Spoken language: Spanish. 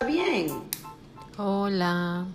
Karen. Hola.